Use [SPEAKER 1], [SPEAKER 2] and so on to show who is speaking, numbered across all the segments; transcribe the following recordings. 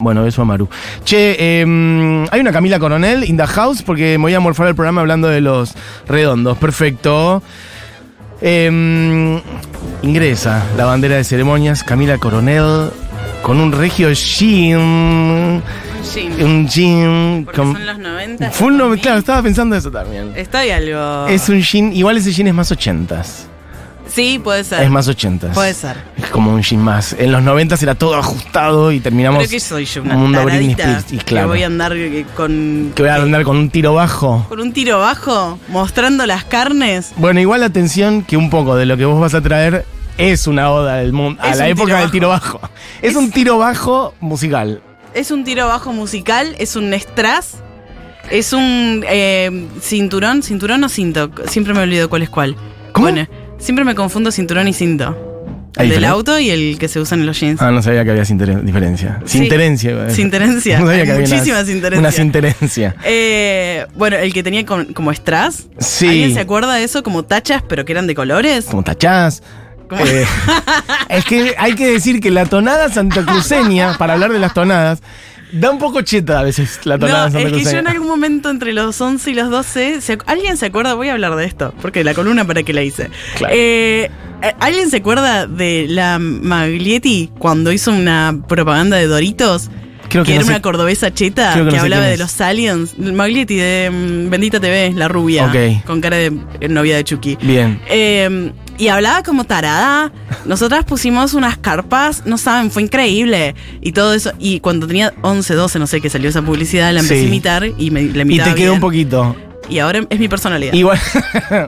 [SPEAKER 1] Bueno, eso Amaru. Che, eh, hay una Camila Coronel in the house porque me voy a morfar el programa hablando de los redondos. Perfecto. Eh, ingresa la bandera de ceremonias Camila Coronel con un regio jean.
[SPEAKER 2] Jim.
[SPEAKER 1] Un jean.
[SPEAKER 2] Porque
[SPEAKER 1] Con,
[SPEAKER 2] son los 90.
[SPEAKER 1] Fue un no-
[SPEAKER 2] 2000.
[SPEAKER 1] claro, estaba pensando eso también.
[SPEAKER 2] Estoy algo.
[SPEAKER 1] Es un jean, igual ese jean es más ochentas.
[SPEAKER 2] Sí, puede ser.
[SPEAKER 1] Es más ochentas.
[SPEAKER 2] Puede ser.
[SPEAKER 1] Es como un jean más. En los noventas era todo ajustado y terminamos...
[SPEAKER 2] Creo que soy yo una
[SPEAKER 1] mundo Britney
[SPEAKER 2] taradita
[SPEAKER 1] Spears, y claro.
[SPEAKER 2] que voy a andar que- con,
[SPEAKER 1] que voy a andar con un tiro bajo.
[SPEAKER 2] con un tiro bajo, mostrando las carnes.
[SPEAKER 1] Bueno, igual atención que un poco de lo que vos vas a traer es una oda del mundo, a
[SPEAKER 2] Es
[SPEAKER 1] la
[SPEAKER 2] un
[SPEAKER 1] época
[SPEAKER 2] tiro
[SPEAKER 1] del
[SPEAKER 2] bajo.
[SPEAKER 1] tiro bajo. Es,
[SPEAKER 2] Es-
[SPEAKER 1] un tiro bajo musical.
[SPEAKER 2] Es un tiro bajo musical, es un strass, es un eh, cinturón, cinturón o cinto. Siempre me olvido cuál es cuál.
[SPEAKER 1] ¿Cómo?
[SPEAKER 2] Bueno, siempre me confundo cinturón y cinto.
[SPEAKER 1] ¿Hay
[SPEAKER 2] El del
[SPEAKER 1] diferencia?
[SPEAKER 2] auto y el que se usa en los jeans.
[SPEAKER 1] Ah, no sabía que había sinteren- diferencia.
[SPEAKER 2] Sí.
[SPEAKER 1] Sinterencia. iba a decir.
[SPEAKER 2] Sinterencia.
[SPEAKER 1] No sabía
[SPEAKER 2] Hay
[SPEAKER 1] que había
[SPEAKER 2] muchísima
[SPEAKER 1] una,
[SPEAKER 2] sinterencia.
[SPEAKER 1] Una sinterencia.
[SPEAKER 2] Eh, bueno, el que tenía con- como strass.
[SPEAKER 1] Sí.
[SPEAKER 2] ¿Alguien se acuerda de eso? Como tachas, pero que eran de colores.
[SPEAKER 1] Como tachás.
[SPEAKER 2] Como-
[SPEAKER 1] Eh, es que hay que decir que la tonada santacruceña, para hablar de las tonadas, da un poco cheta a veces la
[SPEAKER 2] No,
[SPEAKER 1] tonada
[SPEAKER 2] es que yo
[SPEAKER 1] santacruceña.
[SPEAKER 2] en algún momento entre los 11 y los 12, se ac- ¿alguien se acuerda? Voy a hablar de esto, porque la columna para qué la hice.
[SPEAKER 1] Claro.
[SPEAKER 2] Eh, eh, ¿Alguien se acuerda de la Maglietti cuando hizo una propaganda de Doritos?
[SPEAKER 1] Creo
[SPEAKER 2] que
[SPEAKER 1] no
[SPEAKER 2] era
[SPEAKER 1] sé-
[SPEAKER 2] una cordobesa cheta que,
[SPEAKER 1] Creo que no sé
[SPEAKER 2] hablaba
[SPEAKER 1] quién
[SPEAKER 2] de
[SPEAKER 1] es.
[SPEAKER 2] los aliens. Maglietti de mm, Bendita TV, la rubia,
[SPEAKER 1] Ok.
[SPEAKER 2] con cara de eh, novia de Chucky.
[SPEAKER 1] Bien.
[SPEAKER 2] Eh, y hablaba como tarada. Nosotras pusimos unas carpas, no saben, fue increíble. Y todo eso. Y cuando tenía 11, 12, no sé, que salió esa publicidad, la empecé
[SPEAKER 1] Sí.
[SPEAKER 2] a imitar y me, la
[SPEAKER 1] Y
[SPEAKER 2] imitaba
[SPEAKER 1] te quedó un
[SPEAKER 2] bien.
[SPEAKER 1] poquito.
[SPEAKER 2] Y ahora es mi personalidad.
[SPEAKER 1] Igual.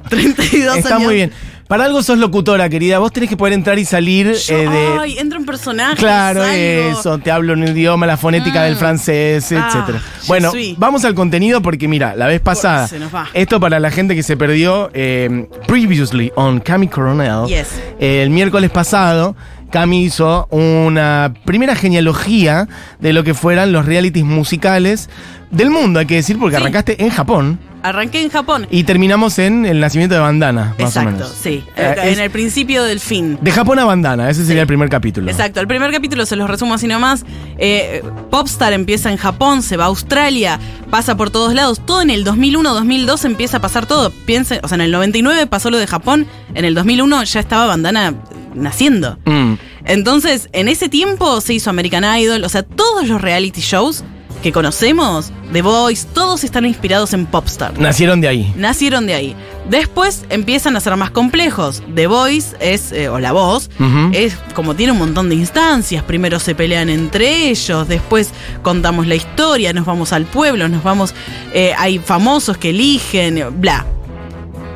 [SPEAKER 2] 32
[SPEAKER 1] Está
[SPEAKER 2] años.
[SPEAKER 1] muy bien. Para algo sos locutora, querida. Vos tenés que poder entrar y salir
[SPEAKER 2] Yo,
[SPEAKER 1] eh, de.
[SPEAKER 2] Ay, entra un personaje.
[SPEAKER 1] Claro,
[SPEAKER 2] salgo.
[SPEAKER 1] eso. Te hablo en un idioma, la fonética
[SPEAKER 2] Mm.
[SPEAKER 1] del francés,
[SPEAKER 2] Ah,
[SPEAKER 1] etcétera.
[SPEAKER 2] je
[SPEAKER 1] Bueno,
[SPEAKER 2] suis.
[SPEAKER 1] vamos al contenido porque, mira, la vez pasada. Eh,
[SPEAKER 2] se nos va.
[SPEAKER 1] Esto para la gente que se perdió eh, previously on Cami Coronel.
[SPEAKER 2] Yes.
[SPEAKER 1] El miércoles pasado, Cami hizo una primera genealogía de lo que fueran los realities musicales del mundo, hay que decir, porque
[SPEAKER 2] Sí.
[SPEAKER 1] arrancaste en Japón
[SPEAKER 2] Arranqué en Japón.
[SPEAKER 1] y terminamos en el nacimiento de Bandana, más o
[SPEAKER 2] Exacto,
[SPEAKER 1] menos.
[SPEAKER 2] sí.
[SPEAKER 1] Eh,
[SPEAKER 2] en
[SPEAKER 1] es-
[SPEAKER 2] el principio del fin.
[SPEAKER 1] De Japón a Bandana, ese sería el primer capítulo.
[SPEAKER 2] Exacto, el primer capítulo se los resumo así nomás. Eh, Popstar empieza en Japón, se va a Australia, pasa por todos lados. Todo en el 2001-2002 empieza a pasar todo. Piensen, o sea, en el 99 pasó lo de Japón, en el 2001 ya estaba Bandana naciendo.
[SPEAKER 1] Mm.
[SPEAKER 2] Entonces, en ese tiempo se hizo American Idol, o sea, todos los reality shows que conocemos, The Voice, todos están inspirados en Popstar.
[SPEAKER 1] Nacieron de ahí.
[SPEAKER 2] Nacieron de ahí. Después empiezan a ser más complejos. The Voice es, eh, o La Voz,
[SPEAKER 1] Ujú.
[SPEAKER 2] es como tiene un montón de instancias. Primero se pelean entre ellos, después contamos la historia, nos vamos al pueblo, nos vamos. eh, hay famosos que eligen, bla.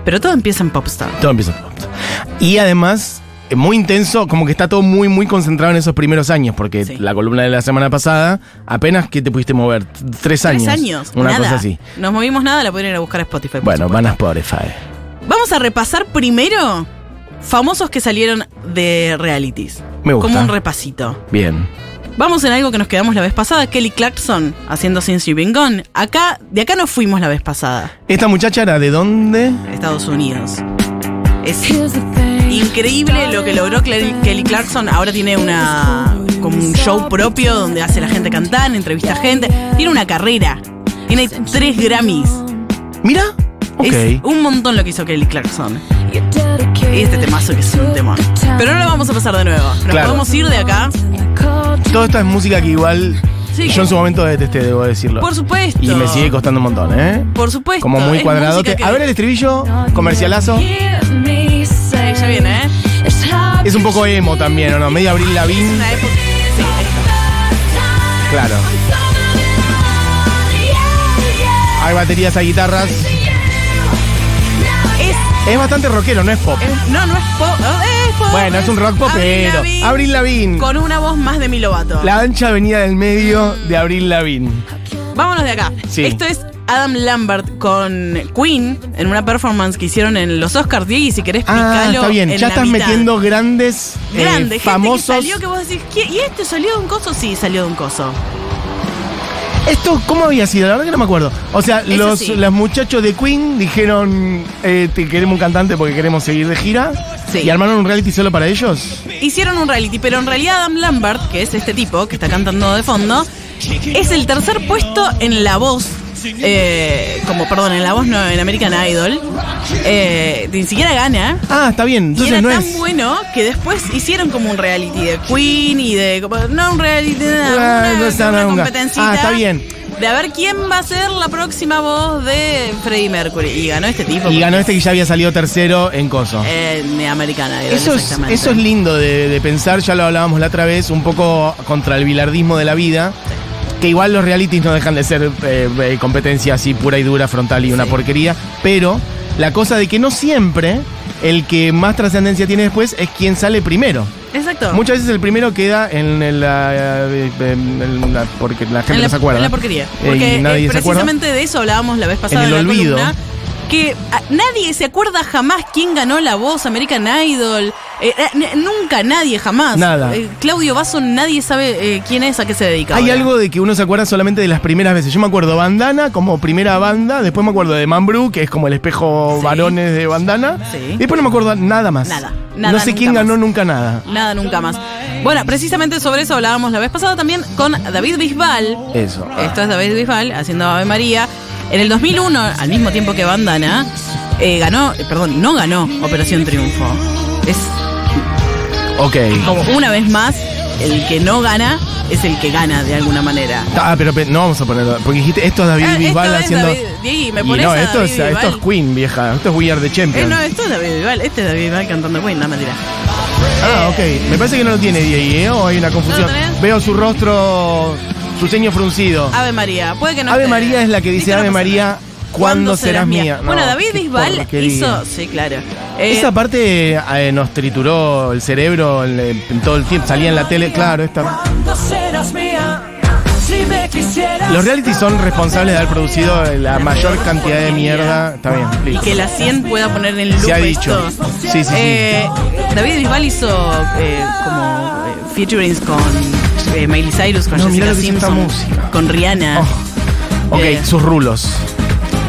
[SPEAKER 2] Pero todo empieza en Popstar.
[SPEAKER 1] Todo empieza en Popstar. Y además, eh, muy intenso, como que está todo muy, muy concentrado en esos primeros años, porque
[SPEAKER 2] Sí.
[SPEAKER 1] la columna de la semana pasada, apenas que te pudiste mover, t- tres años.
[SPEAKER 2] Tres años.
[SPEAKER 1] Una
[SPEAKER 2] nada.
[SPEAKER 1] cosa así.
[SPEAKER 2] Nos movimos nada, la pueden ir a buscar a Spotify. por
[SPEAKER 1] Bueno,
[SPEAKER 2] supuesto.
[SPEAKER 1] van a Spotify.
[SPEAKER 2] Vamos a repasar primero famosos que salieron de realities.
[SPEAKER 1] Me gusta.
[SPEAKER 2] Como un repasito.
[SPEAKER 1] Bien.
[SPEAKER 2] Vamos en algo que nos quedamos la vez pasada, Kelly Clarkson haciendo Since You've Been Gone. Acá, de acá no fuimos la vez pasada.
[SPEAKER 1] ¿Esta muchacha era de dónde?
[SPEAKER 2] Estados Unidos. Es increíble lo que logró Cla- Kelly Clarkson. Ahora tiene una como un show propio donde hace la gente cantar, entrevista a gente. Tiene una carrera. Tiene tres Grammys.
[SPEAKER 1] Mira. Ok.
[SPEAKER 2] Es un montón lo que hizo Kelly Clarkson. Y este temazo que es un temón. Pero no lo vamos a pasar de nuevo. Nos
[SPEAKER 1] Claro.
[SPEAKER 2] podemos ir de acá.
[SPEAKER 1] Toda esta es música que igual
[SPEAKER 2] Sí.
[SPEAKER 1] yo en su momento detesté, debo decirlo.
[SPEAKER 2] Por supuesto.
[SPEAKER 1] y me sigue costando un montón, ¿eh?
[SPEAKER 2] Por supuesto.
[SPEAKER 1] Como muy
[SPEAKER 2] es
[SPEAKER 1] cuadradote.
[SPEAKER 2] música que-
[SPEAKER 1] A ver el estribillo, comercialazo.
[SPEAKER 2] Sí, ya viene, ¿eh?
[SPEAKER 1] Es un poco emo también, ¿o no? Medio Abril
[SPEAKER 2] Es
[SPEAKER 1] Lavín.
[SPEAKER 2] una época. Sí, esto.
[SPEAKER 1] Claro. Hay baterías, hay guitarras.
[SPEAKER 2] Es
[SPEAKER 1] Es bastante rockero, no es pop.
[SPEAKER 2] Es- No, no es pop. eh, es pop.
[SPEAKER 1] Bueno, es un rock
[SPEAKER 2] Avril
[SPEAKER 1] popero.
[SPEAKER 2] Lavigne
[SPEAKER 1] Abril Lavín.
[SPEAKER 2] Con una voz más de Milo Lovato.
[SPEAKER 1] La ancha avenida del medio de Abril Lavín.
[SPEAKER 2] Vámonos de acá.
[SPEAKER 1] Sí.
[SPEAKER 2] Esto es Adam Lambert con Queen en una performance que hicieron en los Oscars. Diego, y si querés
[SPEAKER 1] Ah,
[SPEAKER 2] picalo
[SPEAKER 1] está bien.
[SPEAKER 2] en
[SPEAKER 1] Ya
[SPEAKER 2] la
[SPEAKER 1] estás
[SPEAKER 2] mitad.
[SPEAKER 1] metiendo grandes, eh,
[SPEAKER 2] Grande, gente
[SPEAKER 1] famosos.
[SPEAKER 2] que salió que vos decís, "¿Qué? ¿y este salió de un coso? Sí, salió de un coso.
[SPEAKER 1] Esto, ¿cómo había sido? La verdad que no me acuerdo. O sea,
[SPEAKER 2] Eso
[SPEAKER 1] los,
[SPEAKER 2] sí.
[SPEAKER 1] los muchachos de Queen dijeron, eh, te queremos un cantante porque queremos seguir de gira.
[SPEAKER 2] Sí.
[SPEAKER 1] Y armaron un reality solo para ellos.
[SPEAKER 2] Hicieron un reality, pero en realidad Adam Lambert, que es este tipo que está cantando de fondo, Es el tercer puesto en La Voz. eh, como, perdón, en La Voz no, en American Idol. Eh, ni siquiera gana.
[SPEAKER 1] Ah, está bien.
[SPEAKER 2] Y
[SPEAKER 1] Entonces
[SPEAKER 2] era
[SPEAKER 1] no
[SPEAKER 2] tan
[SPEAKER 1] es.
[SPEAKER 2] bueno que después hicieron como un reality de Queen y de. como- no un reality de
[SPEAKER 1] Ah,
[SPEAKER 2] nada.
[SPEAKER 1] no
[SPEAKER 2] Una,
[SPEAKER 1] está
[SPEAKER 2] una
[SPEAKER 1] nunca.
[SPEAKER 2] competencita.
[SPEAKER 1] Ah, está bien.
[SPEAKER 2] De a ver quién va a ser la próxima voz de Freddie Mercury. Y ganó este tipo.
[SPEAKER 1] Y ganó este que ya había salido tercero en Coso.
[SPEAKER 2] En American Idol.
[SPEAKER 1] Eso es,
[SPEAKER 2] exactamente.
[SPEAKER 1] eso es lindo de, de pensar, ya lo hablábamos la otra vez, un poco contra el bilardismo de la vida. Que igual los realities no dejan de ser eh, eh, competencia así pura y dura, frontal y una
[SPEAKER 2] Sí.
[SPEAKER 1] porquería. Pero la cosa de que no siempre el que más trascendencia tiene después es quien sale primero.
[SPEAKER 2] Exacto.
[SPEAKER 1] Muchas veces el primero queda en, el, la, eh, en la- porque la gente
[SPEAKER 2] en
[SPEAKER 1] no
[SPEAKER 2] la,
[SPEAKER 1] se acuerda.
[SPEAKER 2] en la porquería.
[SPEAKER 1] Eh,
[SPEAKER 2] Porque
[SPEAKER 1] y
[SPEAKER 2] eh,
[SPEAKER 1] nadie se acuerda.
[SPEAKER 2] precisamente de eso hablábamos la vez pasada
[SPEAKER 1] En el
[SPEAKER 2] la
[SPEAKER 1] olvido.
[SPEAKER 2] columna, que ah, nadie se acuerda jamás quién ganó la voz American Idol. Eh, eh, n- nunca, nadie, jamás.
[SPEAKER 1] Nada.
[SPEAKER 2] Eh, Claudio Basso, nadie sabe eh, quién es, a qué se dedica.
[SPEAKER 1] Hay
[SPEAKER 2] ahora.
[SPEAKER 1] algo de que uno se acuerda solamente de las primeras veces. Yo me acuerdo Bandana como primera banda, después me acuerdo de Mambrú, que es como el espejo
[SPEAKER 2] Sí.
[SPEAKER 1] varones de Bandana.
[SPEAKER 2] Sí.
[SPEAKER 1] Y después no me acuerdo nada más.
[SPEAKER 2] Nada, nada,
[SPEAKER 1] no sé
[SPEAKER 2] nunca
[SPEAKER 1] quién ganó
[SPEAKER 2] más.
[SPEAKER 1] nunca nada.
[SPEAKER 2] Nada, nunca más. Bueno, precisamente sobre eso hablábamos la vez pasada también con David Bisbal.
[SPEAKER 1] Eso.
[SPEAKER 2] Esto es David Bisbal haciendo Ave María. En el 2001, al mismo tiempo que Bandana, eh, ganó, eh, perdón, no ganó Operación Triunfo. Es
[SPEAKER 1] Eh, Ok.
[SPEAKER 2] como una vez más, el que no gana es el que gana de alguna manera.
[SPEAKER 1] Ah, pero pe- no vamos a ponerlo. Porque dijiste, esto es David
[SPEAKER 2] Ah, esto
[SPEAKER 1] Bisbal
[SPEAKER 2] es
[SPEAKER 1] haciendo.
[SPEAKER 2] David- Diego, ¿me
[SPEAKER 1] Y
[SPEAKER 2] pones
[SPEAKER 1] no,
[SPEAKER 2] a
[SPEAKER 1] esto,
[SPEAKER 2] David
[SPEAKER 1] es, esto es
[SPEAKER 2] Bisbal?
[SPEAKER 1] Queen, vieja. Esto es We Are the
[SPEAKER 2] Eh,
[SPEAKER 1] Champions.
[SPEAKER 2] no, esto es David Bisbal, este es David Bisbal cantando Queen, no mentira.
[SPEAKER 1] Ah, ok. Me parece que no lo tiene Diego, ¿eh? o hay una confusión.
[SPEAKER 2] ¿No lo tenés?
[SPEAKER 1] Veo su rostro, su ceño fruncido.
[SPEAKER 2] Ave María, puede que no.
[SPEAKER 1] Ave
[SPEAKER 2] esté.
[SPEAKER 1] María es la que
[SPEAKER 2] Sí,
[SPEAKER 1] dice
[SPEAKER 2] no
[SPEAKER 1] Ave
[SPEAKER 2] pasa
[SPEAKER 1] María,
[SPEAKER 2] nada.
[SPEAKER 1] ¿cuándo serás mía?
[SPEAKER 2] bueno,
[SPEAKER 1] No,
[SPEAKER 2] David
[SPEAKER 1] qué
[SPEAKER 2] Bisbal
[SPEAKER 1] porquería.
[SPEAKER 2] hizo. Sí, claro. Eh,
[SPEAKER 1] Esa parte eh, nos trituró el cerebro el- el- todo el tiempo. Salía en la tele, claro, esta.
[SPEAKER 3] ¿Cuándo serás mía? Si me quisieras.
[SPEAKER 1] Los reality son responsables de haber producido la mayor cantidad de mierda. Está bien,
[SPEAKER 2] y
[SPEAKER 1] listo.
[SPEAKER 2] que la 100 pueda poner en loop
[SPEAKER 1] Se ha dicho.
[SPEAKER 2] esto.
[SPEAKER 1] Sí, sí, sí.
[SPEAKER 2] Eh, David Bisbal hizo eh, como eh, featurings con eh, Miley Cyrus, con
[SPEAKER 1] No, mirá
[SPEAKER 2] Jessica
[SPEAKER 1] lo que es esta
[SPEAKER 2] Simpson,
[SPEAKER 1] música.
[SPEAKER 2] con Rihanna.
[SPEAKER 1] Oh. Ok,
[SPEAKER 2] Eh.
[SPEAKER 1] sus rulos.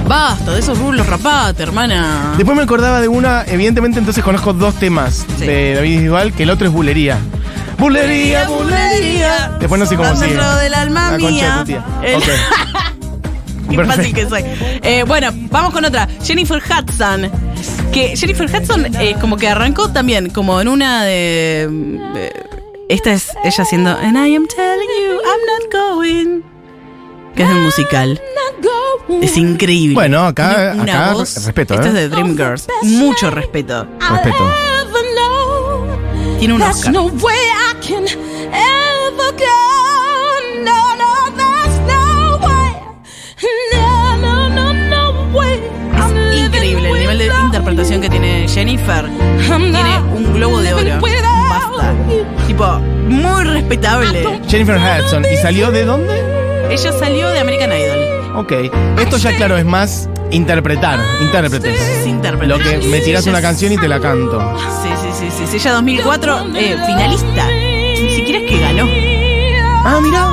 [SPEAKER 2] Basta de esos rulos, rapate, hermana.
[SPEAKER 1] Después me acordaba de una, evidentemente entonces conozco dos temas
[SPEAKER 2] Sí.
[SPEAKER 1] de David Bisbal, que el otro es Bulería. Bulería, bulería. Después no sé cómo
[SPEAKER 2] Estás
[SPEAKER 1] sigue.
[SPEAKER 2] dentro del alma
[SPEAKER 1] La concha de tu
[SPEAKER 2] mía.
[SPEAKER 1] tía.
[SPEAKER 2] El-
[SPEAKER 1] Ok.
[SPEAKER 2] Qué
[SPEAKER 1] Perfecto.
[SPEAKER 2] fácil que soy. Eh, bueno, vamos con otra. Jennifer Hudson. Que Jennifer Hudson eh, como que arrancó también, como en una de... eh, esta es ella haciendo... And I am telling you, I'm not going. Que es un musical. Es increíble.
[SPEAKER 1] Bueno, acá-
[SPEAKER 2] Tiene
[SPEAKER 1] acá, respeto,
[SPEAKER 2] Esto
[SPEAKER 1] ¿eh?
[SPEAKER 2] es de Dreamgirls. Mucho respeto.
[SPEAKER 1] Respeto.
[SPEAKER 2] Tiene un Oscar. Increíble el nivel de interpretación que tiene Jennifer. Tiene un globo de oro. Un BAFTA. Tipo, muy respetable.
[SPEAKER 1] Jennifer Hudson. ¿Y salió de dónde?
[SPEAKER 2] Ella salió de American Idol.
[SPEAKER 1] Ok. Esto ya, claro, es más interpretar. Intérpretes.
[SPEAKER 2] Es intérprete.
[SPEAKER 1] Lo que me tiras una canción y te la canto.
[SPEAKER 2] Sí, sí, sí, sí. sí. Ella 2004, eh, finalista. Ni siquiera es que ganó.
[SPEAKER 1] Ah, mira.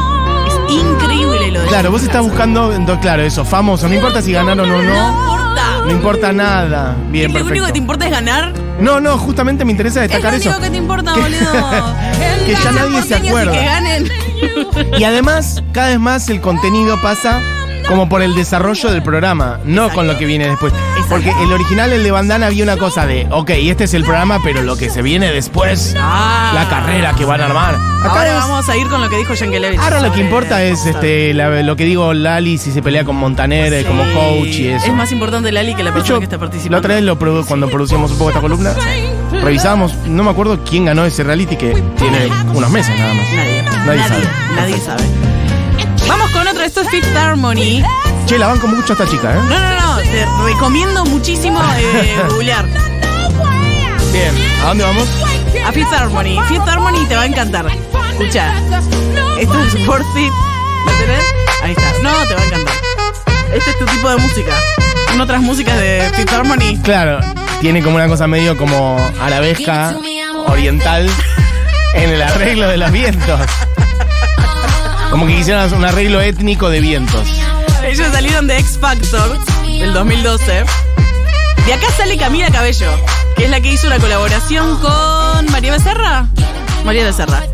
[SPEAKER 2] Es increíble lo de
[SPEAKER 1] Claro, vos
[SPEAKER 2] Jennifer
[SPEAKER 1] estás buscando, entonces, claro, eso, famoso. No importa si ganaron o no.
[SPEAKER 2] Hudson.
[SPEAKER 1] No importa nada. Bien,
[SPEAKER 2] Lo único que te
[SPEAKER 1] perfecto.
[SPEAKER 2] importa es ganar.
[SPEAKER 1] No, no, justamente me interesa
[SPEAKER 2] Es lo
[SPEAKER 1] destacar
[SPEAKER 2] único
[SPEAKER 1] eso.
[SPEAKER 2] que te importa,
[SPEAKER 1] Que-
[SPEAKER 2] boludo.
[SPEAKER 1] que ya
[SPEAKER 2] Ganar
[SPEAKER 1] nadie se
[SPEAKER 2] porteños y
[SPEAKER 1] acuerda.
[SPEAKER 2] Que ganen.
[SPEAKER 1] Y además, cada vez más el contenido pasa como por el desarrollo del programa, no con lo que viene después. Porque el original, el de Bandana, había una cosa de, ok, este es el programa, pero lo que se viene después,
[SPEAKER 2] Ah.
[SPEAKER 1] la carrera que van a armar. Acá
[SPEAKER 2] Ahora
[SPEAKER 1] es-
[SPEAKER 2] vamos a ir con lo que dijo Yankelevich.
[SPEAKER 1] Ahora lo que
[SPEAKER 2] sobre-
[SPEAKER 1] importa es este la- lo que digo Lali si se pelea con Montaner eh, como coach y eso.
[SPEAKER 2] Es más importante Lali que la
[SPEAKER 1] De
[SPEAKER 2] persona
[SPEAKER 1] hecho,
[SPEAKER 2] que está
[SPEAKER 1] la
[SPEAKER 2] participando.
[SPEAKER 1] otra vez lo produ- cuando producíamos un poco esta columna, revisábamos, no me acuerdo quién ganó ese reality que tiene unos meses nada más.
[SPEAKER 2] Nadie.
[SPEAKER 1] Nadie sabe.
[SPEAKER 2] Nadie sabe. Vamos con otro. Esto es Fifth Harmony.
[SPEAKER 1] Che, la banco mucho a esta chica, ¿eh?
[SPEAKER 2] No, no, no. Te recomiendo muchísimo eh, googlear
[SPEAKER 1] Bien, ¿a dónde vamos?
[SPEAKER 2] a Fifth Harmony. Fifth Harmony te va a encantar. Escucha. Esto es Worth It. ¿Lo tenés? Ahí está. No, te va a encantar. Este es tu tipo de música. Son otras músicas de Fifth Harmony.
[SPEAKER 1] Claro, tiene como una cosa medio como arabesca, oriental, en el arreglo de los vientos. Como que quisieron hacer un arreglo étnico de vientos.
[SPEAKER 2] Ellos salieron de X Factor del 2012. De acá sale Camila Cabello, que es la que hizo una colaboración con María Becerra. María Becerra.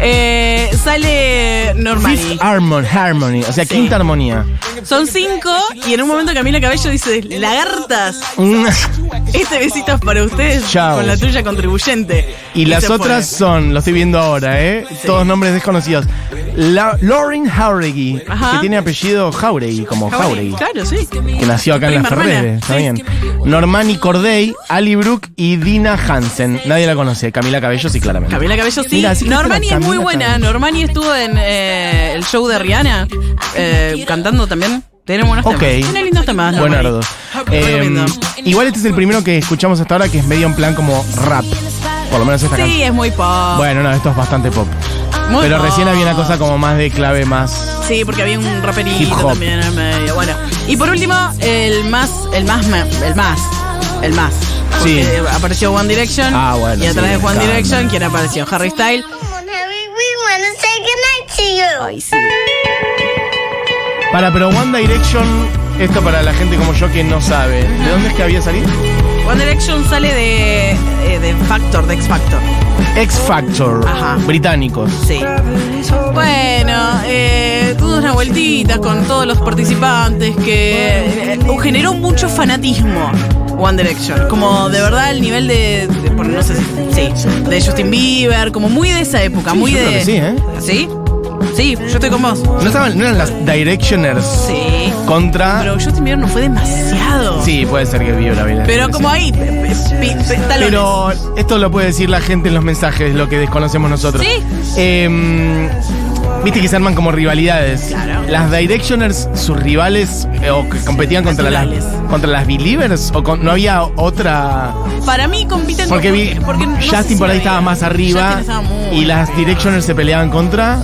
[SPEAKER 2] Eh, sale Normani.
[SPEAKER 1] Fifth Harmon- Harmony, o sea,
[SPEAKER 2] Sí.
[SPEAKER 1] quinta armonía.
[SPEAKER 2] Son cinco y en un momento Camila Cabello dice, lagartas,
[SPEAKER 1] Mm.
[SPEAKER 2] este besito es para ustedes
[SPEAKER 1] Chao.
[SPEAKER 2] con la tuya contribuyente.
[SPEAKER 1] Y las
[SPEAKER 2] se
[SPEAKER 1] otras son, lo estoy viendo ahora, ¿eh? Todos nombres desconocidos. La, Lauren Jauregui,
[SPEAKER 2] Ajá.
[SPEAKER 1] que tiene apellido Jauregui, como
[SPEAKER 2] fue.
[SPEAKER 1] Jauregui,
[SPEAKER 2] Claro, sí.
[SPEAKER 1] que nació acá en
[SPEAKER 2] Prima
[SPEAKER 1] Las
[SPEAKER 2] hermana.
[SPEAKER 1] Ferreres, está bien. Normani Corday, Ali Brook y Dina Hansen. Nadie la conoce, Camila Cabello sí, claramente.
[SPEAKER 2] Camila Cabello sí.
[SPEAKER 1] Mira, sí que
[SPEAKER 2] Normani
[SPEAKER 1] está
[SPEAKER 2] es
[SPEAKER 1] la
[SPEAKER 2] muy
[SPEAKER 1] Camila
[SPEAKER 2] buena.
[SPEAKER 1] Cabello.
[SPEAKER 2] Normani estuvo en eh, el show de Rihanna eh, cantando también. Tiene buenos
[SPEAKER 1] Ok.
[SPEAKER 2] temas. Tiene lindos temas. Normani.
[SPEAKER 1] Buenardo.
[SPEAKER 2] Ah,
[SPEAKER 1] Eh,
[SPEAKER 2] Recomiendo.
[SPEAKER 1] igual este es el primero que escuchamos hasta ahora que es medio en plan como rap. Por lo menos esta
[SPEAKER 2] Sí,
[SPEAKER 1] canción.
[SPEAKER 2] es muy pop.
[SPEAKER 1] Bueno, no, esto es bastante pop.
[SPEAKER 2] Muy
[SPEAKER 1] Pero
[SPEAKER 2] pop.
[SPEAKER 1] recién había una cosa como más de clave, más.
[SPEAKER 2] Sí, porque había un
[SPEAKER 1] Hip
[SPEAKER 2] raperito
[SPEAKER 1] hop.
[SPEAKER 2] también en el medio. Bueno. Y por último, el más, el más, ma- el más, el más. Porque
[SPEAKER 1] Sí.
[SPEAKER 2] Apareció One Direction.
[SPEAKER 1] Ah, bueno,
[SPEAKER 2] Y atrás
[SPEAKER 1] sí,
[SPEAKER 2] de One
[SPEAKER 1] está.
[SPEAKER 2] Direction, ¿quién apareció? Harry Styles.
[SPEAKER 4] Come on, Harry. We want to say goodnight to you.
[SPEAKER 2] Ay, sí.
[SPEAKER 1] Para, pero One Direction, esto para la gente como yo que no sabe. ¿De dónde es que había salido?
[SPEAKER 2] One Direction sale de, eh, de Factor, de X Factor.
[SPEAKER 1] X Factor.
[SPEAKER 2] Ajá.
[SPEAKER 1] Británicos.
[SPEAKER 2] Sí. Bueno, eh, tuvo una vueltita con todos los participantes que eh, generó mucho fanatismo One Direction. Como de verdad el nivel de, de- por- no sé si- sí, de Justin Bieber, como muy de esa época,
[SPEAKER 1] Sí,
[SPEAKER 2] muy
[SPEAKER 1] yo
[SPEAKER 2] de.
[SPEAKER 1] creo que sí, ¿eh?
[SPEAKER 2] ¿Sí? Sí, yo estoy con vos.
[SPEAKER 1] ¿No, estaban, no eran las Directioners
[SPEAKER 2] Sí.
[SPEAKER 1] contra.
[SPEAKER 2] Pero Justin Bieber no fue demasiado.
[SPEAKER 1] Sí, puede ser que vio la vida.
[SPEAKER 2] Pero como ahí, pe- pe- pe- pe- talones.
[SPEAKER 1] Pero esto lo puede decir la gente en los mensajes, lo que desconocemos nosotros.
[SPEAKER 2] Sí.
[SPEAKER 1] Eh, Viste que se arman como rivalidades.
[SPEAKER 2] Claro.
[SPEAKER 1] Las Directioners, sus rivales, eh, o que competían contra las,
[SPEAKER 2] Naturales.
[SPEAKER 1] contra las Believers, o con- no había otra.
[SPEAKER 2] Para mí compiten
[SPEAKER 1] Porque,
[SPEAKER 2] con-
[SPEAKER 1] vi-
[SPEAKER 2] porque no sé
[SPEAKER 1] Justin
[SPEAKER 2] si
[SPEAKER 1] por ahí
[SPEAKER 2] había-
[SPEAKER 1] estaba más arriba
[SPEAKER 2] Justin estaba muy
[SPEAKER 1] y las Directioners se peleaban contra.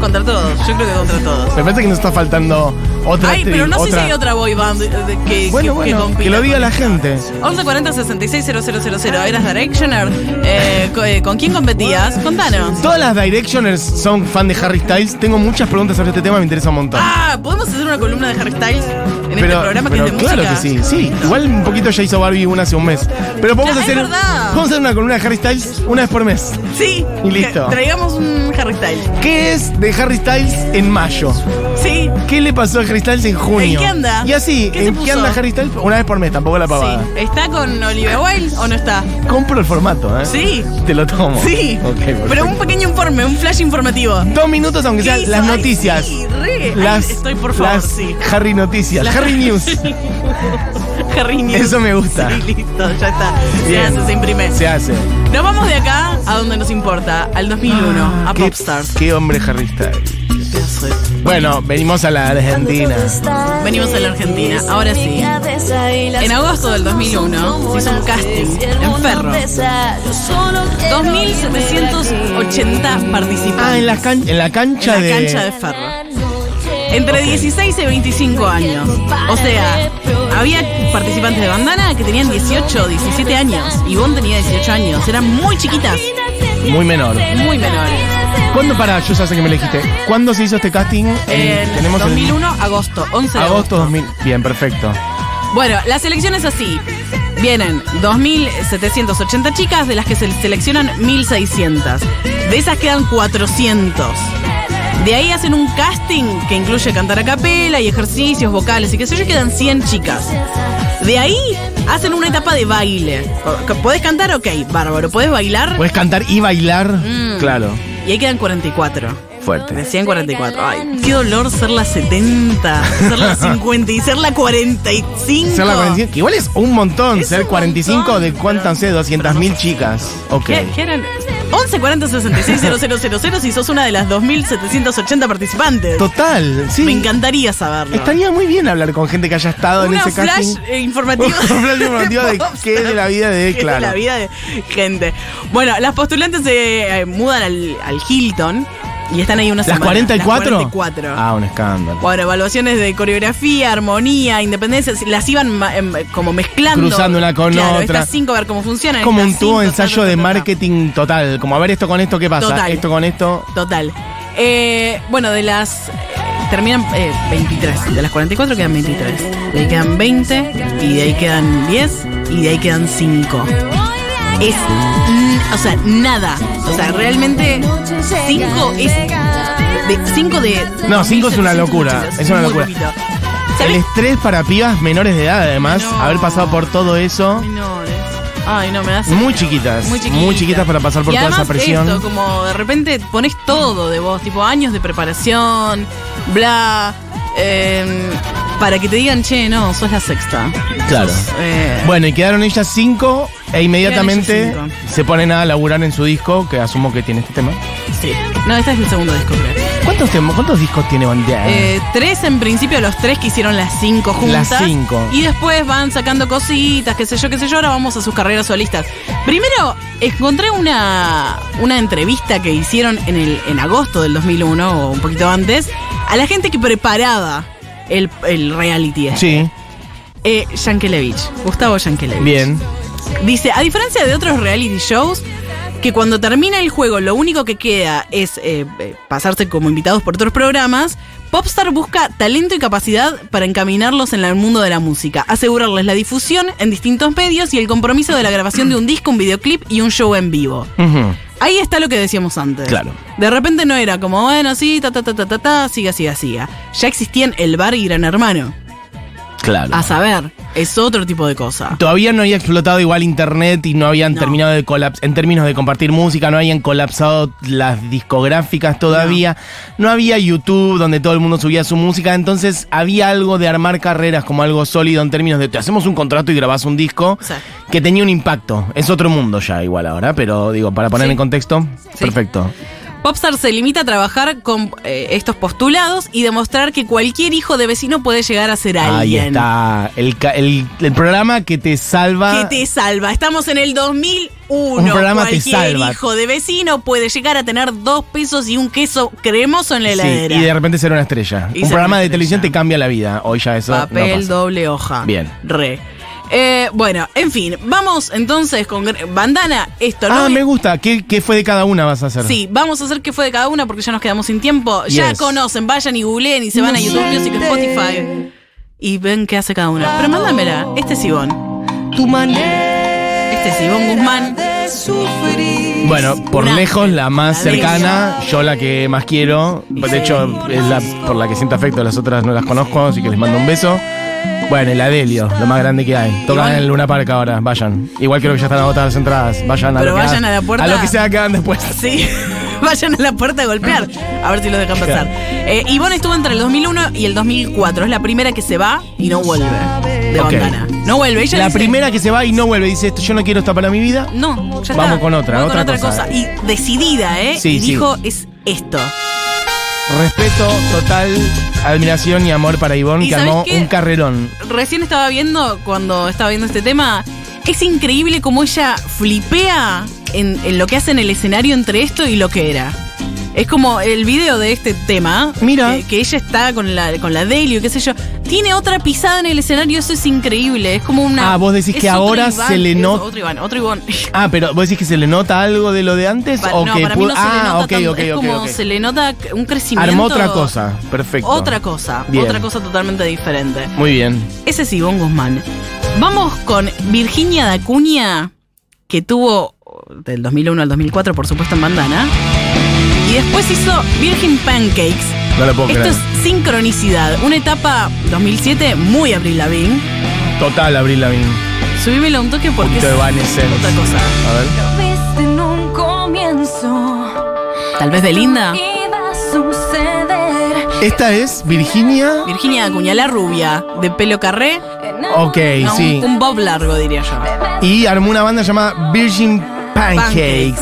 [SPEAKER 2] Contra todos, yo creo que contra todos.
[SPEAKER 1] Me parece que nos está faltando otra.
[SPEAKER 2] Ay, pero
[SPEAKER 1] actriz,
[SPEAKER 2] no sé si
[SPEAKER 1] otra-
[SPEAKER 2] hay otra boy band eh, de- que,
[SPEAKER 1] Bueno,
[SPEAKER 2] que, que
[SPEAKER 1] bueno, que,
[SPEAKER 2] compita
[SPEAKER 1] lo diga
[SPEAKER 2] con
[SPEAKER 1] la
[SPEAKER 2] esta.
[SPEAKER 1] gente.
[SPEAKER 2] 1140 66 000, eras Directioner. Eh, co- eh, ¿Con quién competías? Contanos.
[SPEAKER 1] Todas las Directioners son fan de Harry Styles. Tengo muchas preguntas sobre este tema, me interesa un montón.
[SPEAKER 2] Ah, ¿podemos hacer una columna de Harry Styles en este programa que
[SPEAKER 1] pero
[SPEAKER 2] es de
[SPEAKER 1] claro
[SPEAKER 2] música?
[SPEAKER 1] que sí, sí. Igual un poquito ya hizo Barbie una hace un mes. Pero podemos
[SPEAKER 2] Ah, es
[SPEAKER 1] hacer.
[SPEAKER 2] verdad.
[SPEAKER 1] Vamos a hacer una columna de Harry Styles una vez por mes.
[SPEAKER 2] Sí.
[SPEAKER 1] Y listo.
[SPEAKER 2] que Traigamos un Harry Styles.
[SPEAKER 1] ¿Qué es de Harry Styles en mayo?
[SPEAKER 2] Sí.
[SPEAKER 1] ¿Qué le pasó a Harry Styles en junio?
[SPEAKER 2] ¿En qué anda?
[SPEAKER 1] Y así,
[SPEAKER 2] ¿Qué se
[SPEAKER 1] ¿en qué
[SPEAKER 2] puso?
[SPEAKER 1] anda Harry Styles? Una vez por mes, tampoco la pavada.
[SPEAKER 2] Sí. ¿Está con Olivia Wilde o no está?
[SPEAKER 1] Compro el formato, ¿eh?
[SPEAKER 2] Sí.
[SPEAKER 1] Te lo tomo.
[SPEAKER 2] Sí.
[SPEAKER 1] Ok, perfecto.
[SPEAKER 2] pero un pequeño informe, un flash informativo.
[SPEAKER 1] Dos minutos, aunque
[SPEAKER 2] ¿Qué
[SPEAKER 1] sean
[SPEAKER 2] hizo?
[SPEAKER 1] las
[SPEAKER 2] Ay,
[SPEAKER 1] noticias.
[SPEAKER 2] sí, re. Ay,
[SPEAKER 1] Las,
[SPEAKER 2] estoy por favor,
[SPEAKER 1] las
[SPEAKER 2] sí.
[SPEAKER 1] Harry Noticias.
[SPEAKER 2] Las-
[SPEAKER 1] Harry News.
[SPEAKER 2] Harry News.
[SPEAKER 1] Eso me gusta.
[SPEAKER 2] Sí, listo, ya está. Se
[SPEAKER 1] Bien.
[SPEAKER 2] hace, se imprime.
[SPEAKER 1] Se hace.
[SPEAKER 2] Nos vamos de acá a donde nos importa, al 2001, a
[SPEAKER 1] Ah, ¿Qué,
[SPEAKER 2] Popstars.
[SPEAKER 1] Qué hombre Harry Styles. Bueno, venimos a la Argentina.
[SPEAKER 2] Venimos a la Argentina, ahora sí. En
[SPEAKER 5] En
[SPEAKER 2] agosto del 2001 se hizo un casting en Ferro. 2.780 participantes.
[SPEAKER 1] Ah, en la, can- en la
[SPEAKER 2] En la
[SPEAKER 1] cancha de.
[SPEAKER 2] cancha de Ferro. Entre 16 y 25 años. O sea, había participantes de bandana que tenían 18, 17 años. Y Bon tenía 18 años. Eran muy chiquitas,
[SPEAKER 1] Muy menor.
[SPEAKER 2] muy menores.
[SPEAKER 1] ¿Cuándo para? Yo ya sé que me elegiste. ¿Cuándo se hizo este casting?
[SPEAKER 2] En
[SPEAKER 1] Tenemos el-
[SPEAKER 2] 2001, agosto, 11 de
[SPEAKER 1] Agosto 2000. Bien, perfecto.
[SPEAKER 2] Bueno, la selección es así. Vienen 2.780 chicas, de las que se seleccionan 1.600. De esas quedan 400. De ahí hacen un casting que incluye cantar a capela y ejercicios vocales y qué sé yo, y quedan 100 chicas. De ahí hacen una etapa de baile. O- ¿Podés cantar? Ok, bárbaro. ¿Podés bailar?
[SPEAKER 1] ¿Puedes cantar y bailar?
[SPEAKER 2] Mm.
[SPEAKER 1] Claro.
[SPEAKER 2] Y ahí quedan 44.
[SPEAKER 1] Fuerte.
[SPEAKER 2] De 144. Ay, qué dolor ser la 70, ser la 50 y ser la 45.
[SPEAKER 1] Ser la 45, que igual es un montón
[SPEAKER 2] Es
[SPEAKER 1] ser
[SPEAKER 2] un
[SPEAKER 1] 45
[SPEAKER 2] montón,
[SPEAKER 1] de cuántas, sé, 200.000 chicas. Ok.
[SPEAKER 2] ¿Qué, qué eran? 11 40 66 000 si sos una de las 2780 participantes.
[SPEAKER 1] Total, sí.
[SPEAKER 2] Me encantaría saberlo.
[SPEAKER 1] Estaría muy bien hablar con gente que haya estado
[SPEAKER 2] una
[SPEAKER 1] en ese
[SPEAKER 2] flash
[SPEAKER 1] casting.
[SPEAKER 2] eh, informativa.
[SPEAKER 1] Un flash informativo de qué es de la vida de-
[SPEAKER 2] Qué
[SPEAKER 1] claro.
[SPEAKER 2] la vida de gente. Bueno, las postulantes se eh, mudan al, al Hilton y están ahí una
[SPEAKER 1] ¿Las
[SPEAKER 2] semana.
[SPEAKER 1] 44?
[SPEAKER 2] Las 44.
[SPEAKER 1] Ah, un escándalo.
[SPEAKER 2] Bueno, evaluaciones de coreografía, armonía, independencia, las iban ma- em, como mezclando.
[SPEAKER 1] Cruzando una con
[SPEAKER 2] Claro,
[SPEAKER 1] otra.
[SPEAKER 2] Estas cinco, a ver cómo funcionan.
[SPEAKER 1] como
[SPEAKER 2] estas
[SPEAKER 1] un tubo
[SPEAKER 2] cinco,
[SPEAKER 1] de
[SPEAKER 2] ta,
[SPEAKER 1] ensayo
[SPEAKER 2] ta,
[SPEAKER 1] de
[SPEAKER 2] ta, ta.
[SPEAKER 1] marketing total. Como a ver esto con esto, ¿qué pasa?
[SPEAKER 2] Total.
[SPEAKER 1] Esto con esto.
[SPEAKER 2] Total. Eh, bueno, de las. eh, Terminan eh, 23. De las 44 quedan 23. De ahí quedan 20. Y de ahí quedan 10. Y de ahí quedan 5. es, mm, o sea, nada. O sea, realmente cinco es de, cinco de
[SPEAKER 1] No, cinco es una
[SPEAKER 2] 1700
[SPEAKER 1] locura,
[SPEAKER 2] muchachos,
[SPEAKER 1] es una
[SPEAKER 2] muy
[SPEAKER 1] locura.
[SPEAKER 2] poquito.
[SPEAKER 1] El
[SPEAKER 2] ¿Sabés?
[SPEAKER 1] estrés para pibas menores de edad, además,
[SPEAKER 2] No.
[SPEAKER 1] haber pasado por todo eso.
[SPEAKER 2] Menores. Ay, no, me das.
[SPEAKER 1] Muy chiquitas,
[SPEAKER 2] Muy chiquitas.
[SPEAKER 1] muy chiquitas para pasar por
[SPEAKER 2] Y
[SPEAKER 1] toda esa
[SPEAKER 2] además
[SPEAKER 1] presión.
[SPEAKER 2] Esto, como de repente pones todo de vos, tipo años de preparación, bla. eh, para que te digan, che, no, sos la sexta.
[SPEAKER 1] Claro.
[SPEAKER 2] Eh,
[SPEAKER 1] Bueno, y quedaron ellas cinco e inmediatamente
[SPEAKER 2] Quedaron ellas cinco.
[SPEAKER 1] se ponen a laburar en su disco, que asumo que tiene este tema.
[SPEAKER 2] sí. No, este es mi segundo disco, creo.
[SPEAKER 1] ¿Cuántos, tem- cuántos discos tiene Bandera?
[SPEAKER 2] Eh, tres en principio, los tres que hicieron las cinco juntas.
[SPEAKER 1] Las cinco.
[SPEAKER 2] Y después van sacando cositas, qué sé yo, qué sé yo. Ahora vamos a sus carreras solistas. Primero, encontré una, una entrevista que hicieron en, el, en agosto del 2001, o un poquito antes, a la gente que preparaba el, el reality. este.
[SPEAKER 1] sí,
[SPEAKER 2] Eh, Yankelevich, Gustavo Yankelevich.
[SPEAKER 1] bien.
[SPEAKER 2] Dice, a diferencia de otros reality shows, que cuando termina el juego lo único que queda es eh, eh, pasarse como invitados por otros programas, Popstar busca talento y capacidad para encaminarlos en el mundo de la música, asegurarles la difusión en distintos medios y el compromiso de la grabación de un disco, un videoclip y un show en vivo.
[SPEAKER 1] Ujú.
[SPEAKER 2] Ahí está lo que decíamos antes.
[SPEAKER 1] Claro.
[SPEAKER 2] De repente no era como, bueno, sí, ta, ta, ta, ta, ta, ta, siga, siga, siga. Ya existían El Bar y Gran Hermano.
[SPEAKER 1] Claro.
[SPEAKER 2] A saber, es otro tipo de cosa.
[SPEAKER 1] Todavía no había explotado igual internet y no habían
[SPEAKER 2] No.
[SPEAKER 1] terminado de colapsar, en términos de compartir música, no habían colapsado las discográficas todavía, no. había YouTube donde todo el mundo subía su música, entonces había algo de armar carreras como algo sólido en términos de te hacemos un contrato y grabás un disco
[SPEAKER 2] Exacto.
[SPEAKER 1] que tenía un impacto. Es otro mundo ya igual ahora, pero digo, para poner
[SPEAKER 2] Sí.
[SPEAKER 1] en contexto,
[SPEAKER 2] Sí.
[SPEAKER 1] perfecto.
[SPEAKER 2] Popstar se limita a trabajar con eh, estos postulados y demostrar que cualquier hijo de vecino puede llegar a ser
[SPEAKER 1] Ahí
[SPEAKER 2] alguien.
[SPEAKER 1] está, el, ca- el- el programa que te
[SPEAKER 2] Que
[SPEAKER 1] salva.
[SPEAKER 2] te salva. Estamos en el 2001.
[SPEAKER 1] Un programa te
[SPEAKER 2] cualquier
[SPEAKER 1] salva.
[SPEAKER 2] hijo de vecino puede llegar a tener dos pesos y un queso cremoso en la
[SPEAKER 1] Sí,
[SPEAKER 2] heladera.
[SPEAKER 1] y de repente ser una estrella.
[SPEAKER 2] Y
[SPEAKER 1] un
[SPEAKER 2] ser
[SPEAKER 1] programa
[SPEAKER 2] una
[SPEAKER 1] de televisión te
[SPEAKER 2] estrella.
[SPEAKER 1] cambia la vida. Hoy ya eso. no
[SPEAKER 2] Papel
[SPEAKER 1] pasa.
[SPEAKER 2] doble hoja.
[SPEAKER 1] Bien.
[SPEAKER 2] Re. Eh, bueno, en fin, vamos entonces con gr- bandana. Esto no
[SPEAKER 1] Ah,
[SPEAKER 2] es-
[SPEAKER 1] me gusta. ¿Qué, qué fue de cada una vas a hacer?
[SPEAKER 2] Sí, vamos a hacer qué fue de cada una porque ya nos quedamos sin tiempo. Ya
[SPEAKER 1] Yes.
[SPEAKER 2] conocen, vayan y googleen y se van a YouTube Music, Spotify y ven qué hace cada una. Pero mándamela, este es Ivón.
[SPEAKER 3] Tu manera
[SPEAKER 2] Este es Ivón Guzmán.
[SPEAKER 3] de sufrir.
[SPEAKER 1] Bueno, por
[SPEAKER 2] Una.
[SPEAKER 1] lejos la más
[SPEAKER 2] La de
[SPEAKER 1] cercana, yo la que más quiero. De hecho, es la por la que siento afecto, las otras no las conozco, así que les mando un beso. Bueno, el Adelio, lo más grande que hay. Tocan
[SPEAKER 2] Igual-
[SPEAKER 1] en el Luna Park ahora, vayan. Igual creo que ya están agotadas las entradas. Vayan a
[SPEAKER 2] Pero
[SPEAKER 1] lo que
[SPEAKER 2] vayan a la puerta.
[SPEAKER 1] A lo que sea que hagan después.
[SPEAKER 2] Sí, vayan a la puerta a golpear. A ver si lo dejan pasar. Eh, Ivón estuvo entre el 2001 y el 2004. Es la primera que se va y no vuelve de
[SPEAKER 1] Ok.
[SPEAKER 2] bandana. No vuelve. Ella
[SPEAKER 1] La
[SPEAKER 2] dice,
[SPEAKER 1] primera que se va y no vuelve, dice esto, yo no quiero esta para mi vida.
[SPEAKER 2] No, ya
[SPEAKER 1] Vamos
[SPEAKER 2] está.
[SPEAKER 1] con otra,
[SPEAKER 2] Voy
[SPEAKER 1] otra cosa.
[SPEAKER 2] Y decidida, ¿eh?
[SPEAKER 1] Sí,
[SPEAKER 2] y
[SPEAKER 1] sí.
[SPEAKER 2] dijo, es esto.
[SPEAKER 1] Respeto total, admiración y amor para Ivonne,
[SPEAKER 2] ¿Y
[SPEAKER 1] que
[SPEAKER 2] sabes
[SPEAKER 1] armó
[SPEAKER 2] qué?
[SPEAKER 1] un carrerón.
[SPEAKER 2] recién estaba viendo, cuando estaba viendo este tema, es increíble cómo ella flipea en, en lo que hace en el escenario entre esto y lo que era. Es como el video de este tema.
[SPEAKER 1] Mira.
[SPEAKER 2] Que, que ella está con la, con la Delio, qué sé yo. Tiene otra pisada en el escenario, eso es increíble. Es como una.
[SPEAKER 1] Ah, vos decís
[SPEAKER 2] es
[SPEAKER 1] que
[SPEAKER 2] otro
[SPEAKER 1] ahora
[SPEAKER 2] Iván,
[SPEAKER 1] se le
[SPEAKER 2] es
[SPEAKER 1] nota-
[SPEAKER 2] Otro Iván, otro Iván.
[SPEAKER 1] Ah, pero vos decís que se le nota algo de lo de antes
[SPEAKER 2] Pa-
[SPEAKER 1] o
[SPEAKER 2] no,
[SPEAKER 1] que
[SPEAKER 2] para mí
[SPEAKER 1] pudo-
[SPEAKER 2] no se le
[SPEAKER 1] Ah,
[SPEAKER 2] nota
[SPEAKER 1] ok,
[SPEAKER 2] tanto.
[SPEAKER 1] ok,
[SPEAKER 2] es
[SPEAKER 1] ok,
[SPEAKER 2] como
[SPEAKER 1] ok.
[SPEAKER 2] se le nota un crecimiento.
[SPEAKER 1] Armó otra cosa, perfecto.
[SPEAKER 2] Otra cosa,
[SPEAKER 1] Bien.
[SPEAKER 2] otra cosa totalmente diferente.
[SPEAKER 1] Muy bien.
[SPEAKER 2] Ese es Ivonne Guzmán. Vamos con Virginia Dacuña, que tuvo del 2001 al 2004, por supuesto, en bandana. Y después hizo Virgin Pancakes.
[SPEAKER 1] No lo puedo
[SPEAKER 2] Esto
[SPEAKER 1] creer.
[SPEAKER 2] es sincronicidad. Una etapa 2007 muy Abril Lavigne.
[SPEAKER 1] Total, Abril Lavigne.
[SPEAKER 2] Subímelo un toque porque es
[SPEAKER 1] Punto Evanescence.
[SPEAKER 2] otra cosa.
[SPEAKER 1] A ver.
[SPEAKER 5] Viste en un comienzo
[SPEAKER 2] Tal vez de Linda.
[SPEAKER 5] iba a suceder.
[SPEAKER 1] Esta es Virginia.
[SPEAKER 2] Virginia Dacuña, la rubia, de pelo carré.
[SPEAKER 1] Ok,
[SPEAKER 2] No, un-
[SPEAKER 1] sí.
[SPEAKER 2] un, bob largo, diría yo.
[SPEAKER 1] Y armó una banda llamada Virgin Pancakes.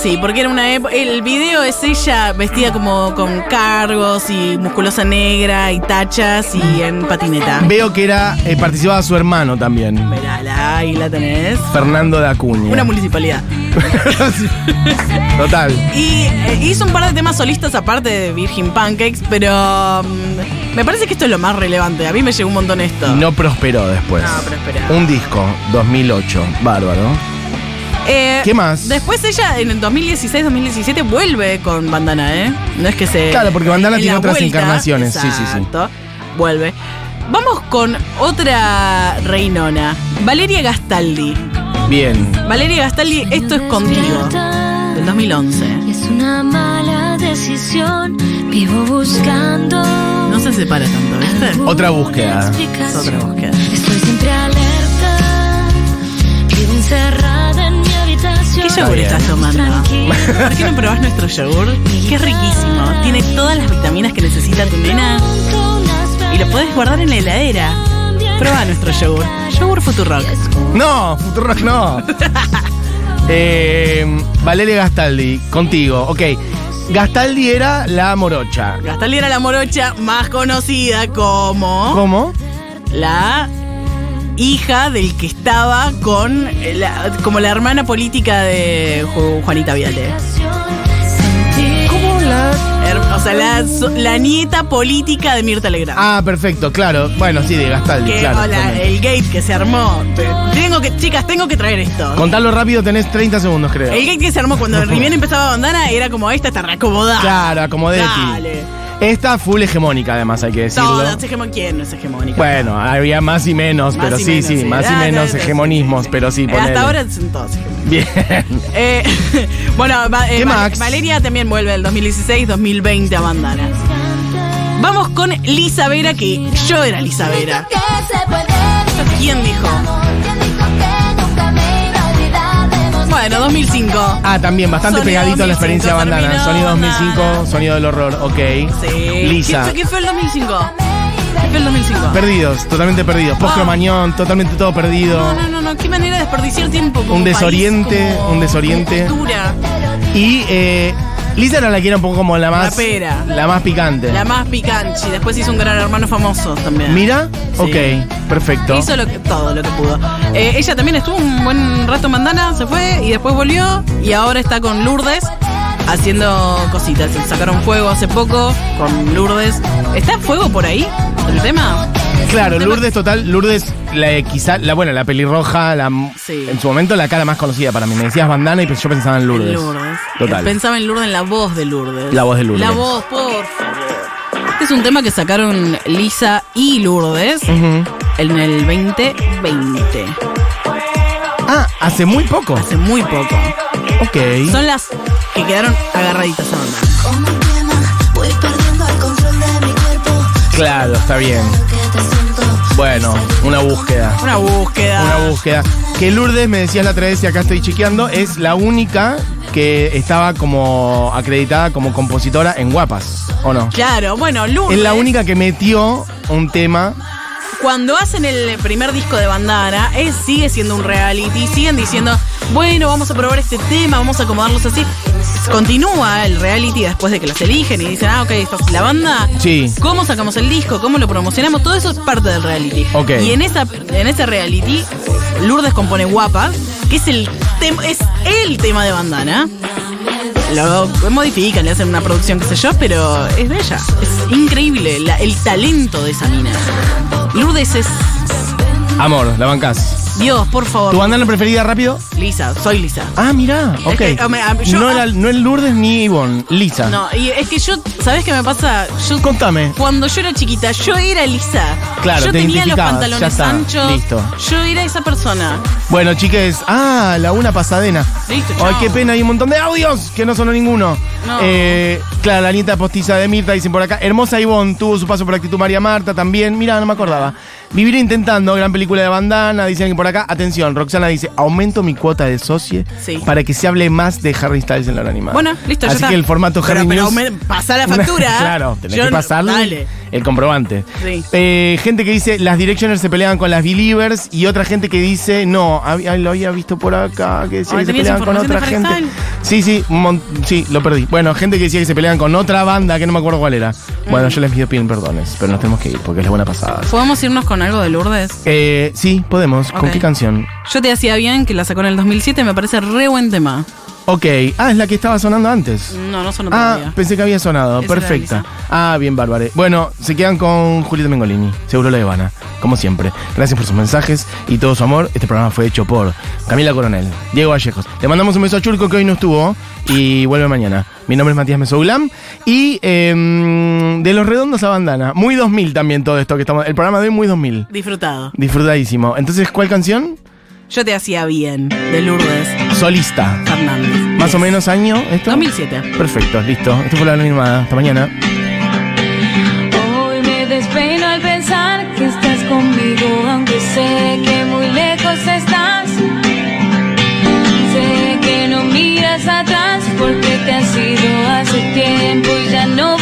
[SPEAKER 2] Sí, porque era una época. El video es ella vestida como con cargos y musculosa negra y tachas y en patineta.
[SPEAKER 1] Veo que era eh, participaba su hermano también,
[SPEAKER 2] Verala, ahí la tenés.
[SPEAKER 1] Fernando da Acuña.
[SPEAKER 2] Una municipalidad.
[SPEAKER 1] Total.
[SPEAKER 2] Y eh, hizo un par de temas solistas aparte de Virgin Pancakes, pero mm, me parece que esto es lo más relevante. A mí me llegó un montón esto.
[SPEAKER 1] Y no prosperó después.
[SPEAKER 2] No prosperó.
[SPEAKER 1] Un disco, 2008. Bárbaro.
[SPEAKER 2] Eh,
[SPEAKER 1] ¿Qué más?
[SPEAKER 2] Después ella en el 2016-2017 vuelve con Bandana, ¿eh? No es que se.
[SPEAKER 1] Claro, porque Bandana
[SPEAKER 2] en
[SPEAKER 1] tiene
[SPEAKER 2] la
[SPEAKER 1] otras
[SPEAKER 2] vuelta,
[SPEAKER 1] encarnaciones, sí, sí, sí.
[SPEAKER 2] exacto, Vuelve. Vamos con otra reinona, Valeria Gastaldi.
[SPEAKER 1] Bien.
[SPEAKER 2] Valeria Gastaldi, esto es contigo. Del 2011.
[SPEAKER 6] Y es una mala decisión. Vivo buscando.
[SPEAKER 2] No se separa tanto, ¿viste?
[SPEAKER 1] Otra búsqueda.
[SPEAKER 2] Otra búsqueda.
[SPEAKER 6] Estoy siempre alerta. Vivo encerrada en mi habitación.
[SPEAKER 2] ¿Qué yogur
[SPEAKER 1] bien.
[SPEAKER 2] estás tomando? ¿Por qué no probás nuestro yogur? Que es riquísimo. Tiene todas las vitaminas que necesita tu nena y lo podés guardar en la heladera. Prueba nuestro yogur. Yogur Futurock.
[SPEAKER 1] No, Futurock no. Eh, Valeria Gastaldi, contigo. Ok. Gastaldi era la morocha.
[SPEAKER 2] Gastaldi era la morocha más conocida como
[SPEAKER 1] ¿Cómo?
[SPEAKER 2] la hija del que estaba con la- como la hermana política de Ju- Juanita Viale.
[SPEAKER 6] ¿Cómo la
[SPEAKER 2] Her- O sea, la, so- la nieta política de Mirta Legrand.
[SPEAKER 1] Ah, perfecto, claro. Bueno, sí, de Gastaldi,
[SPEAKER 2] que,
[SPEAKER 1] claro.
[SPEAKER 2] o la-
[SPEAKER 1] totalmente.
[SPEAKER 2] el gate que se armó. Tengo que, chicas, tengo que traer esto.
[SPEAKER 1] Contalo rápido, tenés 30 segundos, creo.
[SPEAKER 2] El gate que se armó cuando Riviera empezaba a bandana era como esta está reacomodada.
[SPEAKER 1] Claro, acomodé
[SPEAKER 2] Dale.
[SPEAKER 1] Esta full hegemónica, además, hay que decirlo.
[SPEAKER 2] Todas hegemon- ¿Quién no es hegemónica?
[SPEAKER 1] Bueno, había más y menos,
[SPEAKER 2] Más
[SPEAKER 1] pero
[SPEAKER 2] y
[SPEAKER 1] sí,
[SPEAKER 2] menos,
[SPEAKER 1] sí, más y
[SPEAKER 2] Ah,
[SPEAKER 1] menos
[SPEAKER 2] no, no,
[SPEAKER 1] hegemonismos,
[SPEAKER 2] sí, sí,
[SPEAKER 1] pero sí,
[SPEAKER 2] sí.
[SPEAKER 1] ponele.
[SPEAKER 2] Hasta ahora son todos hegemónicos.
[SPEAKER 1] Bien.
[SPEAKER 2] Eh, bueno, va- eh,
[SPEAKER 1] ¿Qué
[SPEAKER 2] Val-
[SPEAKER 1] más?
[SPEAKER 2] Valeria también vuelve del 2016-2020 a Bandana. Vamos con Lisa Vera, que yo era Lisa Vera.
[SPEAKER 5] Que se puede
[SPEAKER 2] ¿Quién dijo?
[SPEAKER 5] ¿Quién dijo que nunca me iba a olvidar de vos?
[SPEAKER 2] Bueno, 2005.
[SPEAKER 1] Ah, también, bastante
[SPEAKER 2] Sonido
[SPEAKER 1] pegadito a la experiencia
[SPEAKER 2] 2005,
[SPEAKER 1] bandana. Sonido
[SPEAKER 2] sonido
[SPEAKER 1] 2005,
[SPEAKER 2] bandana.
[SPEAKER 1] sonido del horror, ok.
[SPEAKER 2] Sí.
[SPEAKER 1] Lisa.
[SPEAKER 2] ¿Qué, qué fue el 2005? ¿Qué fue el 2005?
[SPEAKER 1] Perdidos, totalmente perdidos. Post Mañón, totalmente todo perdido.
[SPEAKER 2] No, no, no, no, qué manera de desperdiciar tiempo. como
[SPEAKER 1] Un
[SPEAKER 2] país,
[SPEAKER 1] desoriente,
[SPEAKER 2] como-
[SPEAKER 1] un desoriente.
[SPEAKER 2] como cultura.
[SPEAKER 1] Y eh, Lisa era la que era un poco como la más.
[SPEAKER 2] pera.
[SPEAKER 1] La más picante.
[SPEAKER 2] La más picanchi. Después hizo un gran hermano famoso también.
[SPEAKER 1] Mira,
[SPEAKER 2] Sí.
[SPEAKER 1] ok, perfecto.
[SPEAKER 2] Hizo lo que, todo lo que pudo. Eh, ella también estuvo un buen rato en Bandana, se fue y después volvió y ahora está con Lourdes haciendo cositas. Sacaron fuego hace poco con Lourdes. ¿Está fuego por ahí? ¿El tema?
[SPEAKER 1] Claro,
[SPEAKER 2] Tema-
[SPEAKER 1] Lourdes total, Lourdes, la, eh, quizá, la, bueno, la pelirroja, la,
[SPEAKER 2] Sí.
[SPEAKER 1] en su momento la cara más conocida para mí. Me decías bandana y pues yo pensaba en Lourdes.
[SPEAKER 2] Lourdes.
[SPEAKER 1] Total.
[SPEAKER 2] Pensaba en Lourdes, en la voz de Lourdes.
[SPEAKER 1] La voz de Lourdes.
[SPEAKER 2] La voz, por favor. Este es un tema que sacaron Lisa y Lourdes
[SPEAKER 1] Ujú.
[SPEAKER 2] en el 2020.
[SPEAKER 1] Ah, hace muy poco.
[SPEAKER 2] Hace muy poco.
[SPEAKER 1] Ok.
[SPEAKER 2] Son las que quedaron agarraditas a banda.
[SPEAKER 1] Claro, está bien. Bueno, una búsqueda.
[SPEAKER 2] Una búsqueda.
[SPEAKER 1] Una búsqueda. Que Lourdes, me decías la otra vez y acá estoy chequeando, es la única que estaba como acreditada como compositora en Guapas, ¿o no?
[SPEAKER 2] Claro, bueno, Lourdes.
[SPEAKER 1] Es la única que metió un tema.
[SPEAKER 2] Cuando hacen el primer disco de Bandana, es, sigue siendo un reality. Siguen diciendo, bueno, vamos a probar este tema, vamos a acomodarlos así. Continúa el reality después de que los eligen y dicen, ah, ok, esta es la banda.
[SPEAKER 1] Sí.
[SPEAKER 2] ¿Cómo sacamos el disco? ¿Cómo lo promocionamos? Todo eso es parte del reality.
[SPEAKER 1] Ok.
[SPEAKER 2] Y en, esa, en ese reality, Lourdes compone Guapa, que es el, tem- es el tema de Bandana. Lo modifican, le hacen una producción, qué sé yo, pero es de ella. Es increíble la- el talento de esa mina. Lourdes es.
[SPEAKER 1] Amor, la bancás.
[SPEAKER 2] Dios, por favor.
[SPEAKER 1] ¿Tu bandana preferida rápido?
[SPEAKER 2] Lisa, soy Lisa.
[SPEAKER 1] Ah, mirá,
[SPEAKER 2] Es
[SPEAKER 1] ok.
[SPEAKER 2] que, o me- a- yo- ah.
[SPEAKER 1] no, la- no es Lourdes ni Ivonne, Lisa.
[SPEAKER 2] No, y es que yo, ¿sabes qué me pasa? Yo
[SPEAKER 1] Contame.
[SPEAKER 2] Cuando yo era chiquita, yo era Lisa.
[SPEAKER 1] Claro, te
[SPEAKER 2] yo tenía
[SPEAKER 1] identificabas,
[SPEAKER 2] los
[SPEAKER 1] ya
[SPEAKER 2] pantalones
[SPEAKER 1] está,
[SPEAKER 2] anchos.
[SPEAKER 1] listo.
[SPEAKER 2] Yo era esa persona.
[SPEAKER 1] Bueno, chiques, ah, la una pasadena.
[SPEAKER 2] Listo,
[SPEAKER 1] Ay,
[SPEAKER 2] chao.
[SPEAKER 1] qué pena, hay un montón de audios que no sonó ninguno.
[SPEAKER 2] No.
[SPEAKER 1] Eh, claro, la nieta postiza de Mirta, dicen por acá. Hermosa Ivonne tuvo su paso por actitud María Marta también. Mira, no me acordaba. Vivir intentando, gran película de bandana, dicen que por acá. Atención, Roxana dice, aumento mi cuota de socie
[SPEAKER 2] Sí.
[SPEAKER 1] para que se hable más de Harry Styles en la hora animada.
[SPEAKER 2] Bueno, listo, ya
[SPEAKER 1] Así
[SPEAKER 2] está.
[SPEAKER 1] que el formato
[SPEAKER 2] Pero-
[SPEAKER 1] Harry
[SPEAKER 2] pero
[SPEAKER 1] News-
[SPEAKER 2] aumen- pasá la factura. ¿eh?
[SPEAKER 1] claro, tenés
[SPEAKER 2] Yo
[SPEAKER 1] que
[SPEAKER 2] no-
[SPEAKER 1] pasarle
[SPEAKER 2] dale.
[SPEAKER 1] el comprobante.
[SPEAKER 2] Sí.
[SPEAKER 1] Eh, gente que dice las Directioners se peleaban con las Believers y otra gente que dice no, hab- ay, lo había visto por acá, que decía
[SPEAKER 2] Ay,
[SPEAKER 1] que se
[SPEAKER 2] ¿tenías
[SPEAKER 1] peleaban con otra
[SPEAKER 2] información de
[SPEAKER 1] gente.
[SPEAKER 2] Harry
[SPEAKER 1] Sí, sí, un mon- sí, lo perdí. Bueno, gente que decía que se peleaban con otra banda que no me acuerdo cuál era. Bueno,
[SPEAKER 2] Mm.
[SPEAKER 1] yo les pido piden perdones, pero nos tenemos que ir porque es la buena pasada.
[SPEAKER 2] ¿Podemos irnos con algo de Lourdes?
[SPEAKER 1] Eh, sí, podemos. ¿Con
[SPEAKER 2] Ok.
[SPEAKER 1] qué canción?
[SPEAKER 2] Yo te hacía bien, que la sacó en el 2007, me parece re buen tema.
[SPEAKER 1] Ok. Ah, es la que estaba sonando antes.
[SPEAKER 2] No, no sonó
[SPEAKER 1] Ah,
[SPEAKER 2] todavía.
[SPEAKER 1] pensé que había sonado.
[SPEAKER 2] Esa
[SPEAKER 1] Perfecta.
[SPEAKER 2] era
[SPEAKER 1] Ah, bien, Bárbara. Bueno, se quedan con Julieta Mengolini, seguro la Evana, como siempre. Gracias por sus mensajes y todo su amor. Este programa fue hecho por Camila Coronel, Diego Vallejos. Le mandamos un beso a Churco que hoy no estuvo y vuelve mañana. Mi nombre es Matías Mesoulam y em, de los redondos a bandana. Muy 2000 también todo esto que estamos. El programa de hoy muy 2000.
[SPEAKER 2] Disfrutado.
[SPEAKER 1] Disfrutadísimo. Entonces, ¿cuál canción?
[SPEAKER 2] Yo te hacía bien, de Lourdes
[SPEAKER 1] Solista.
[SPEAKER 2] Fernández.
[SPEAKER 1] Más o menos año esto.
[SPEAKER 2] 2007.
[SPEAKER 1] Perfecto, listo. Esto fue la animada. Hasta mañana.
[SPEAKER 6] Hoy me despeino al pensar que estás conmigo, aunque sé que muy lejos estás. Sé que no miras atrás porque te has ido hace tiempo y ya no